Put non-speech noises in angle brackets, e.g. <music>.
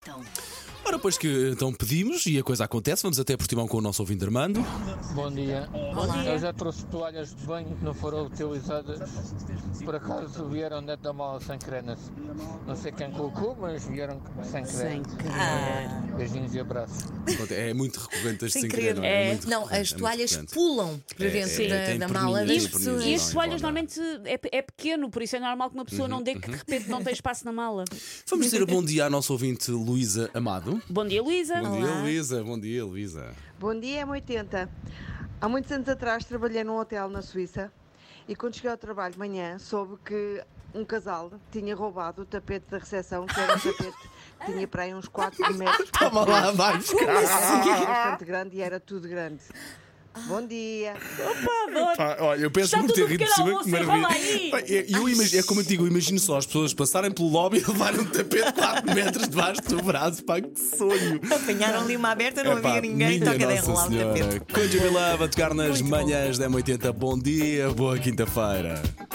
Portimão. Ora, depois que então pedimos e a coisa acontece, vamos até Portimão com o nosso ouvinte Armando. Bom dia. Eu já trouxe toalhas de banho que não foram utilizadas. Por acaso vieram dentro da mala sem crenas. Não sei quem colocou, mas vieram sem Sem crenas. querer. Beijinhos e abraços. É muito recorrente este Sem sem querer. querer, não é? É. Muito Não, recorrente, as é muito toalhas recorrente. pulam para É, dentro é, da- tem da, mala perninhas, perninhas, das pessoas. não E as toalhas importa. normalmente é, é pequeno, por isso é normal que uma pessoa não dê Uhum, que de repente não tem espaço na mala. Vamos dizer bom dia à nossa ouvinte Luísa Amado. Bom dia, Luísa. Bom dia, Olá. Luísa. Bom dia, Luísa. Bom dia, M80. Há muitos anos atrás trabalhei num hotel na Suíça e quando cheguei ao trabalho de manhã soube que um casal tinha roubado o tapete da recepção, que era um tapete que tinha para aí uns 4 metros. Toma lá, vai buscar. Era bastante grande e era tudo grande. Bom dia. Adoro. Pá, olha, eu peço Está muito ter tudo no rido de pequeno cima, que almoço, maravilha. enrola aí. É, eu imagino, é como eu digo, eu imagino só as pessoas passarem pelo lobby <laughs> e levarem um tapete 4 metros debaixo do braço, pá, que sonho. Apanharam ali uma aberta, Então não Epá, havia ninguém, É minha toca de Nossa enrolar o Senhora. tapete. Conjugilava a tocar nas manhãs da M80. Bom dia, boa quinta-feira.